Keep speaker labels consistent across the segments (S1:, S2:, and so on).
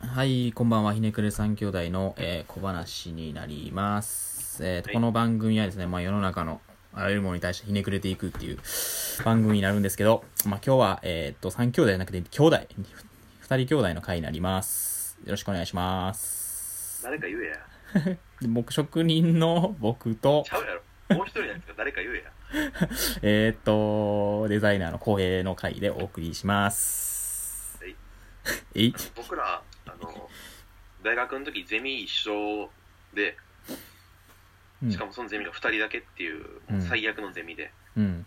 S1: はい、こんばんは、ひねくれ三兄弟の、えー小話になります。えーとこの番組はですね、まあ、世の中のあらゆるものに対してひねくれていくっていう番組になるんですけど、まあ、今日は、えっ、と、三兄弟じゃなくて、兄弟、二人兄弟の回になります。よろしくお願いします。
S2: 誰か言えや。
S1: で僕、職人の僕と
S2: ち、ゃうやろ。もう一人なんですか誰か言えや。
S1: えっ、と、デザイナーの浩平の回でお送りします。
S2: はい。
S1: えい
S2: 僕ら、あの、大学の時ゼミ一緒
S1: う
S2: で、
S1: ん
S2: しかもそのゼミが二人だけっていう、
S1: うん
S2: 最悪のゼミで、
S1: うん。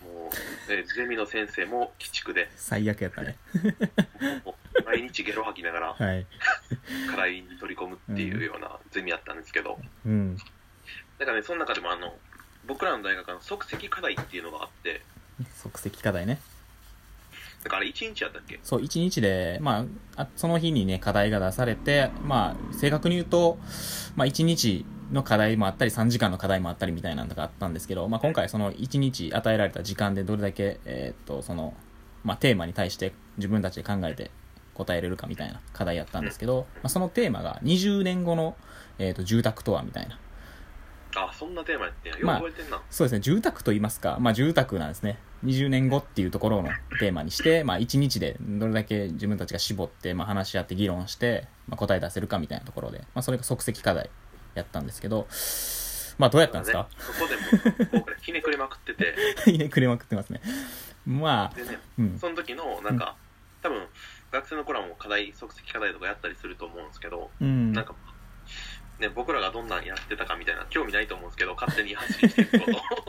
S2: もう、えゼミの先生も鬼畜で、
S1: 最悪やったね。
S2: もう毎日ゲロ吐きながら、
S1: はい。
S2: 課題に取り込むっていうようなゼミやったんですけど、
S1: うん。
S2: だからね、その中でもあの、僕らの大学は即席課題っていうのがあって、
S1: 即席課題ね。
S2: だからあれ一日やったっけ
S1: そう、1日で、まあ、あその日にね、課題が出されて、まあ、正確に言うと、まあ、1日の課題もあったり、3時間の課題もあったりみたいなのがあったんですけど、まあ、今回その1日与えられた時間でどれだけ、えーっと、その、まあ、テーマに対して自分たちで考えて答えれるかみたいな課題やったんですけど、まあ、そのテーマが20年後の、えーっと、住宅とはみたいな。
S2: あ、そんなテーマやってんや。よく
S1: まあ
S2: 覚えてんな。
S1: そうですね、住宅と言いますか、まあ住宅なんですね。20年後っていうところのテーマにして、まあ1日でどれだけ自分たちが絞って、まあ話し合って議論して、まあ答え出せるかみたいなところで、まあそれが即席課題やったんですけど、まあどうやったんですか
S2: そこでもう、僕らひねくれまくってて、
S1: ひねくれまくってますね。まあ、
S2: でね、
S1: うん。
S2: その時の、なんか、多分、学生の頃はもう課題、即席課題とかやったりすると思うんですけど、
S1: うん。
S2: なんか、ね、僕らがどんなんやってたかみたいな、興味ないと思うんですけど、勝手に走りしていくこと。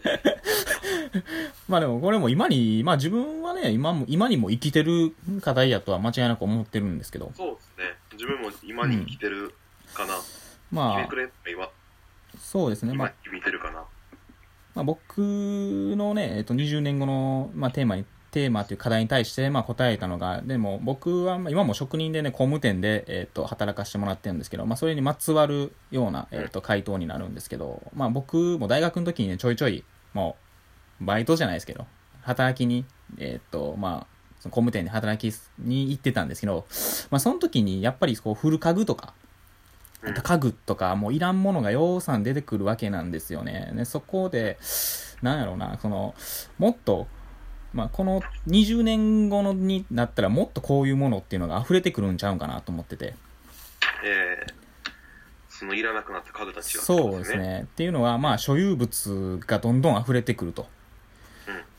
S1: まあでもこれも今に、まあ自分はね、今も、今にも生きてる課題やとは間違いなく思ってるんですけど、
S2: そうですね。自分も今に生きてるかな。ひね
S1: ま
S2: くれ今、
S1: あ、そうですね、ま
S2: 今
S1: あ
S2: に生きてるかな。
S1: まあ、僕のね、えっと、20年後の、まあ、テーマに、テーマという課題に対して、まあ、答えたのが、でも、僕は、まあ、今も職人でね、工務店で、えっと、働かせてもらってるんですけど、まあ、それにまつわるような、えっと、回答になるんですけど、まあ、僕も大学の時にね、ちょいちょい、もう、バイトじゃないですけど、働きに、えっと、まあ、その工務店で働きに行ってたんですけど、まあ、その時に、やっぱり、こう、古家具とか、
S2: うん
S1: 家具とかもういらんものがようさん出てくるわけなんですよね。ねそこで、なんやろうな、その、もっと、まあ、この20年後のになったらもっとこういうものっていうのが溢れてくるんちゃうんかなと思ってて。
S2: えー、そのいらなくなった家具たちが、
S1: そうです。ね。っていうのは、まあ、所有物がどんどん溢れてくると。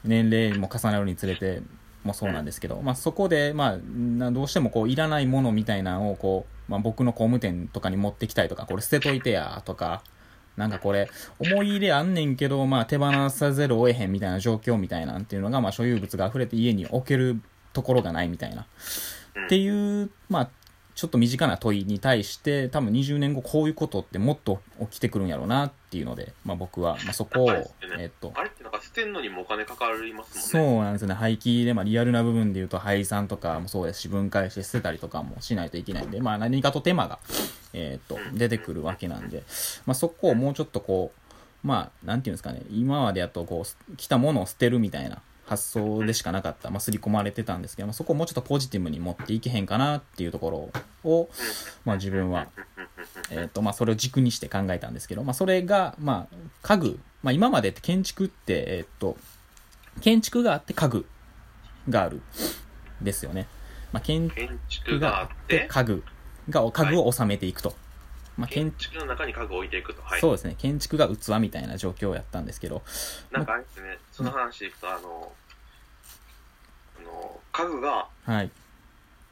S1: 年齢も重なるにつれてもそうなんですけど、まあ、そこで、まあ、などうしてもこういらないものみたいなのをこう、まあ、僕の工務店とかに持ってきたりとかこれ捨てといてやとかなんかこれ思い入れあんねんけど、まあ、手放さざるを得へんみたいな状況みたいなんていうのが、まあ、所有物が溢れて家に置けるところがないみたいな、
S2: うん
S1: っていう、まあ、ちょっと身近な問いに対して多分20年後こういうことってもっと起きてくるんやろうなっていうので、まあ、僕は、まあ、そこを
S2: やっぱりですね
S1: えっと
S2: あれってなんか捨てんのにもお金かかります
S1: そ
S2: もんね。
S1: うなんですよね廃棄で、まあ、リアルな部分でいうと廃産とかもそうですし分解して捨てたりとかもしないといけないんで、まあ、何かと手間が、えー、と出てくるわけなんで、まあ、そこをもうちょっとこうまあなんていうんですかね今までやとこう来たものを捨てるみたいな発想でしかなかった、まあ、刷り込まれてたんですけど、まあ、そこをもうちょっとポジティブに持っていけへんかなっていうところを、まあ、自分は
S2: うんうんうん
S1: えーとまあ、それを軸にして考えたんですけど、まあ、それが、まあ、家具、まあ、今までって建築って、えー、と建築があって家具があるですよね、まあ、建
S2: 建築
S1: 築
S2: が
S1: が
S2: あ
S1: あ
S2: っ
S1: って
S2: て、
S1: 家具が家具を収めていくと、まあ
S2: 建
S1: 建
S2: 築の中に家具を置いていくと。はい。
S1: そうですね建築が器みたいな状況やったんですけど
S2: なんかあれですね、その話でいくと、あの、あの、家具が、
S1: はい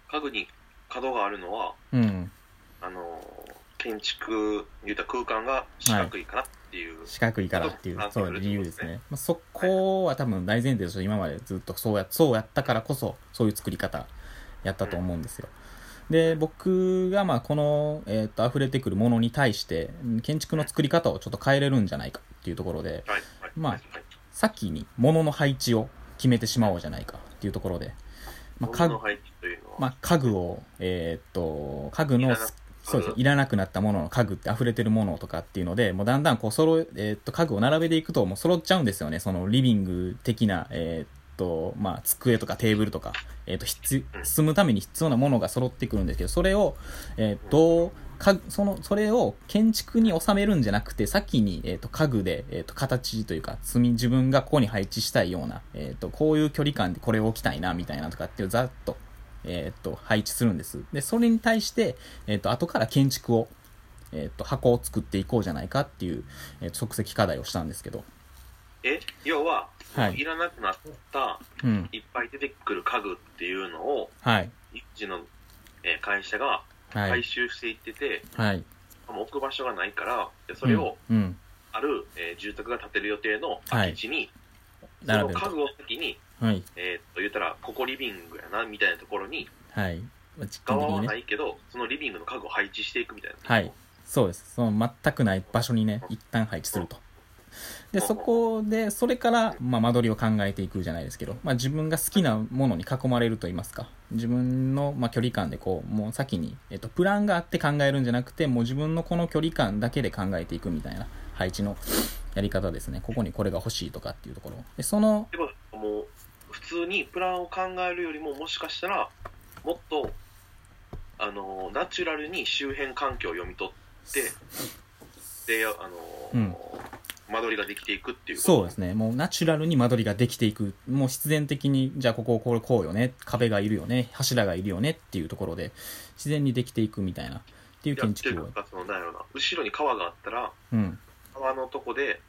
S2: 家具に角があるのは、
S1: うん
S2: あの、建築、言うたら空間が四角いからっていう、
S1: 四角いからっていう
S2: あ、
S1: そう、理由ですね。まあ、そこは多分大前提として今までずっとそうや、そうやったからこそ、そういう作り方やったと思うんですよ。で、僕がまあこの、えっと、溢れてくるものに対して、うん建築の作り方をちょっと変えれるんじゃないかっていうところで、
S2: はい、はい。
S1: まあ
S2: はいはい
S1: 先に物の配置を決めてしまおうじゃないかっていうところで、まあ、家具
S2: 物の、配置というのは、
S1: まあ、家具を、えーっと、家具
S2: い
S1: の
S2: らなくなった、
S1: そうですね、いらなくなったものの家具って溢れてるものとかっていうので、もうだんだんこう揃え、えーっと、家具を並べていくともう揃っちゃうんですよね。そのリビング的な、えーっと、まあ、机とかテーブルとか、えっ、と、必、住むために必要なものが揃ってくるんですけど、それを、えっ、と、か、その、それを建築に収めるんじゃなくて、先に、えっ、と、家具で、えっ、と、形というか、積み、自分がここに配置したいような、えっ、と、こういう距離感でこれを置きたいな、みたいなとかっていう、ざっと、えっ、と、配置するんです。で、それに対して、えっ、と、後から建築を、えっ、と、箱を作っていこうじゃないかっていう、えっ、と、即席課題をしたんですけど。
S2: え要は、
S1: はい
S2: い、らなくなった
S1: うん。
S2: いっぱい出てくる家具っていうのを
S1: はい。
S2: 一時の、えー会社が
S1: は
S2: 回
S1: い。
S2: 収していってて、
S1: はい。
S2: もう置く場所がないからでそれを
S1: うん、うん。
S2: ある、えー住宅が建てる予定の空き地に、そ
S1: 並
S2: の
S1: べる
S2: 家
S1: と。
S2: 具を先に、
S1: はい。
S2: えーっと言ったらここリビングやなみたいなところに
S1: はい。まあ実験
S2: 側
S1: 的
S2: は
S1: に
S2: な
S1: ね。
S2: いけど、そのリビングの家具を配置していくみたいな
S1: はい。そうです。その全くない場所にね、一旦配置すると。で、そこで、それから、まあ、間取りを考えていくじゃないですけど、まあ、自分が好きなものに囲まれると言いますか、自分の、まあ、距離感でこう、もう先に、えっと、プランがあって考えるんじゃなくて、もう自分のこの距離感だけで考えていくみたいな配置のやり方ですね。ここにこれが欲しいとかっていうところ。で、その、
S2: でももう普通にプランを考えるよりももしかしたらもっとあのナチュラルに周辺環境を読み取ってであの、
S1: うん
S2: 間取りができていくっていうこと
S1: そうですね。もうナチュラルに間取りができていく。もう必然的に、じゃあここ、これこうよね。壁がいるよね。柱がいるよね。っていうところで、自然にできていくみたいな。っていう
S2: いや
S1: 建
S2: ってい
S1: 築
S2: う
S1: を。
S2: かそのなんやろうな後ろに川があったら
S1: うん。
S2: 川のとこで、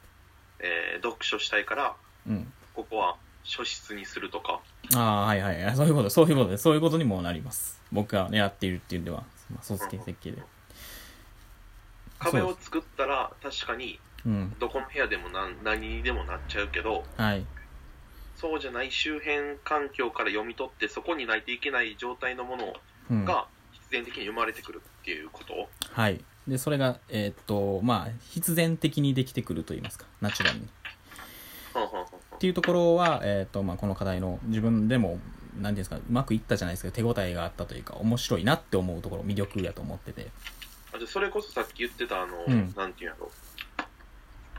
S2: えー読書したいから
S1: うん。
S2: ここは書室にするとか
S1: ああ、はいはいはい。そういうこと、そういうことで、そういうことにもなります。僕が狙っているっていうのでは、まあ、卒業設計で。
S2: 壁
S1: そう
S2: を作ったら確かに
S1: うん。
S2: どこの部屋でも何何にでもなっちゃうけど
S1: はい。
S2: そうじゃない周辺環境から読み取ってそこにないといけない状態のもの
S1: うん。
S2: が必然的に生まれてくるっていうこと
S1: はい。で、それが、えーっと、まあ、必然的にできてくると言いますか。ナチュラルに。
S2: はんはんはんは
S1: っ
S2: ん
S1: ていうところは、えーとまあ、この課題の自分でも何ていうんですかうまくいったじゃないですけど手応えがあったというか面白いなって思うところ魅力やと思ってて
S2: あじゃあそれこそさっき言ってたあの、
S1: うん
S2: なんていうんやろ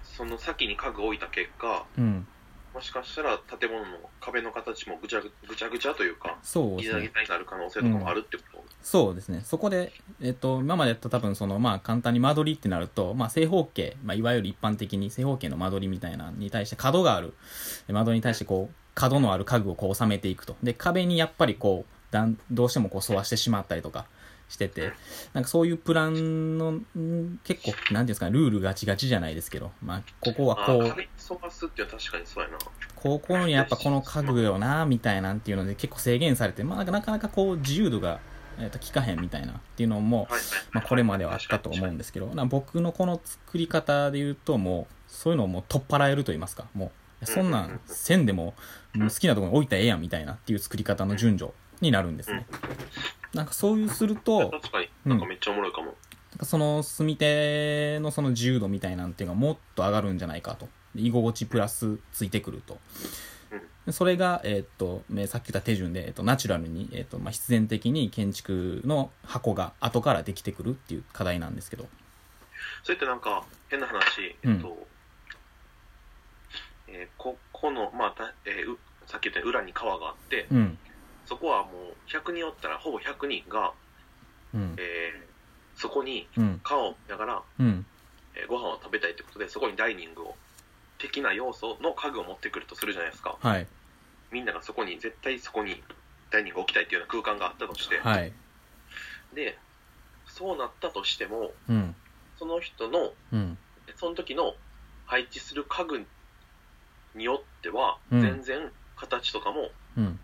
S2: その先に家具を置いた結果
S1: うん
S2: もしかしたら建物の壁の形もぐちゃぐぐちゃぐちゃというか
S1: そうで
S2: ギ
S1: す
S2: ザ
S1: ね
S2: ギザになる可能性とかもあるってこと、
S1: そうですねそこで、えー、と今までやった多分その、まあ、簡単に間取りってなると、まあ、正方形、まあ、いわゆる一般的に正方形の間取りみたいなのに対して角がある間取りに対してこう角のある家具をこう収めていくとで壁にやっぱりこうだんどうしてもこう沿わしてしまったりとかしててなんかそういうプランのん結構なんていうんですかねルールガチガチじゃないですけど、まあ、ここは
S2: あ
S1: こう
S2: 壁に沿わすっていうのは確かにそうやな
S1: 高校にやっぱこの家具よなみたいなんていうので結構制限されて、まあ、なかなかこう自由度が、えー、と効かへんみたいなっていうのも、
S2: はいはい
S1: まあ、これまではあったと思うんですけどな僕のこの作り方で言うともうそういうのをもう取っ払えると言いますかもうそんなんせんでももう好きなところに置いたらええやんみたいなっていう作り方の順序になるんですね。なんかそういうすると、
S2: 確かになんかめっちゃおもろいかも、
S1: なんかその住み手のその自由度みたいなんていうのがもっと上がるんじゃないかと。で居心地プラスついてくると。でそれが、えーっと、ねさっき言った手順で、えーっと、ナチュラルに、えーっと、まあ、必然的に建築の箱が後からできてくるっていう課題なんですけど。
S2: それってなんか変な話、
S1: うん
S2: えっとえーここの、まあたえーうさっき言ったように裏に川があって、
S1: うん。
S2: そこはもう100人おったらほぼ100人が、
S1: うん。
S2: えーそこに
S1: うん。
S2: 川を見ながら、
S1: うん。
S2: えーご飯を食べたいってことでそこにダイニングを的な要素の家具を持ってくるとするじゃないですか
S1: はい。
S2: みんながそこに絶対そこにダイニングを置きたいっていうような空間があったとして、
S1: はい。
S2: でそうなったとしても
S1: うん。
S2: その人の
S1: うん。
S2: その時の配置する家具によっては、
S1: うん
S2: 全然形とかも
S1: うん。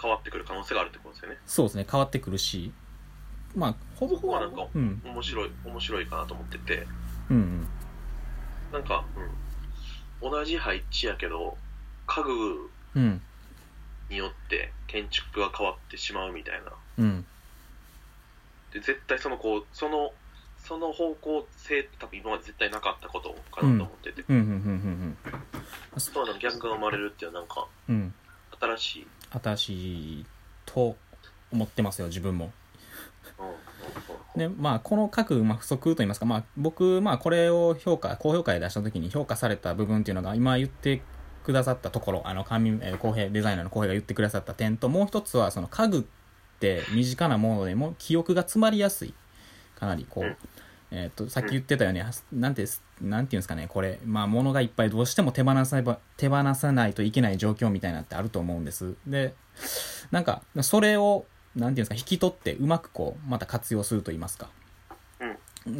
S2: 変わってくる可能性があるってことですよね。
S1: そうですね。変わってくるし、まあ、ほぼ
S2: そこはなんか
S1: うん。
S2: 面白い、面白いかなと思ってて、
S1: うんうん。
S2: なんか、うん、同じ配置やけど、家具
S1: うん。
S2: によって建築が変わってしまうみたいな。
S1: うん。
S2: で、絶対そのこう、その、その方向性って多分今まで絶対なかったことかなと思ってて、
S1: うん。うん。うん。うん。
S2: そうなの逆が生まれるっていうのはなんか
S1: うん。うん。
S2: 新しい、
S1: 新しいと思ってますよ自分も。
S2: うんうん
S1: でまあこの各、まあ、不足といいますか、まあ、僕、まあ、これを評価高評価で出した時に評価された部分っていうのが今言ってくくださったところ、あの、神、えー、公平、デザイナーの公平が言ってくださった点と、もう一つは、その家具って身近なものでも記憶が詰まりやすい。かなりこ
S2: うん
S1: う、えっと、さっき言ってたように、なんて、なんていうんですかね、これ、まあ、物がいっぱいどうしても手放さば、手放さないといけない状況みたいなってあると思うんです。で、なんか、それを、なんていうんですか、引き取って、うまくこう、また活用すると言いますか。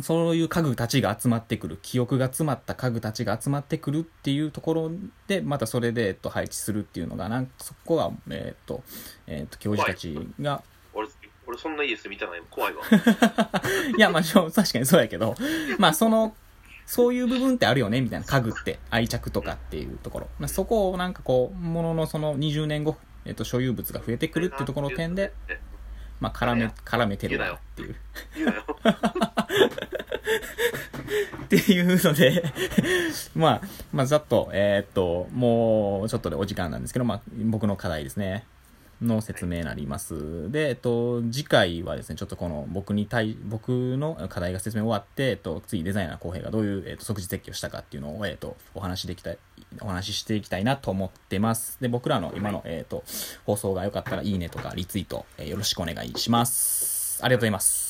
S1: そういう家具たちが集まってくる、記憶が詰まった家具たちが集まってくるっていうところで、またそれで、えっと、配置するっていうのが、なんかそこが、えっと、えっと、教授たちが、
S2: 俺俺そんな ES 見たない怖いわ
S1: いや、まあ、しょう確かにそうやけど、まあ、その、そういう部分ってあるよね、みたいな。家具って、愛着とかっていうところ。まあ、そこをなんかこう、もののその20年後、えっと、所有物が増えてくるっていうところの点で、まあ、絡め、絡めてるなっていう。
S2: 言うなよ
S1: っていうので、まあ、まあ、ざっと、えーっと、もうちょっとでお時間なんですけど、まあ、僕の課題ですね。の説明になります。で、えっと、次回はですね、ちょっとこの僕に対、僕の課題が説明終わって、えっと、次デザイナー公平がどういう、えっと、即時撤去したかっていうのを、えっと、お話しできたい、お話ししていきたいなと思ってます。で、僕らの今の、えっと、放送が良かったらいいねとかリツイート、えーよろしくお願いします。ありがとうございます。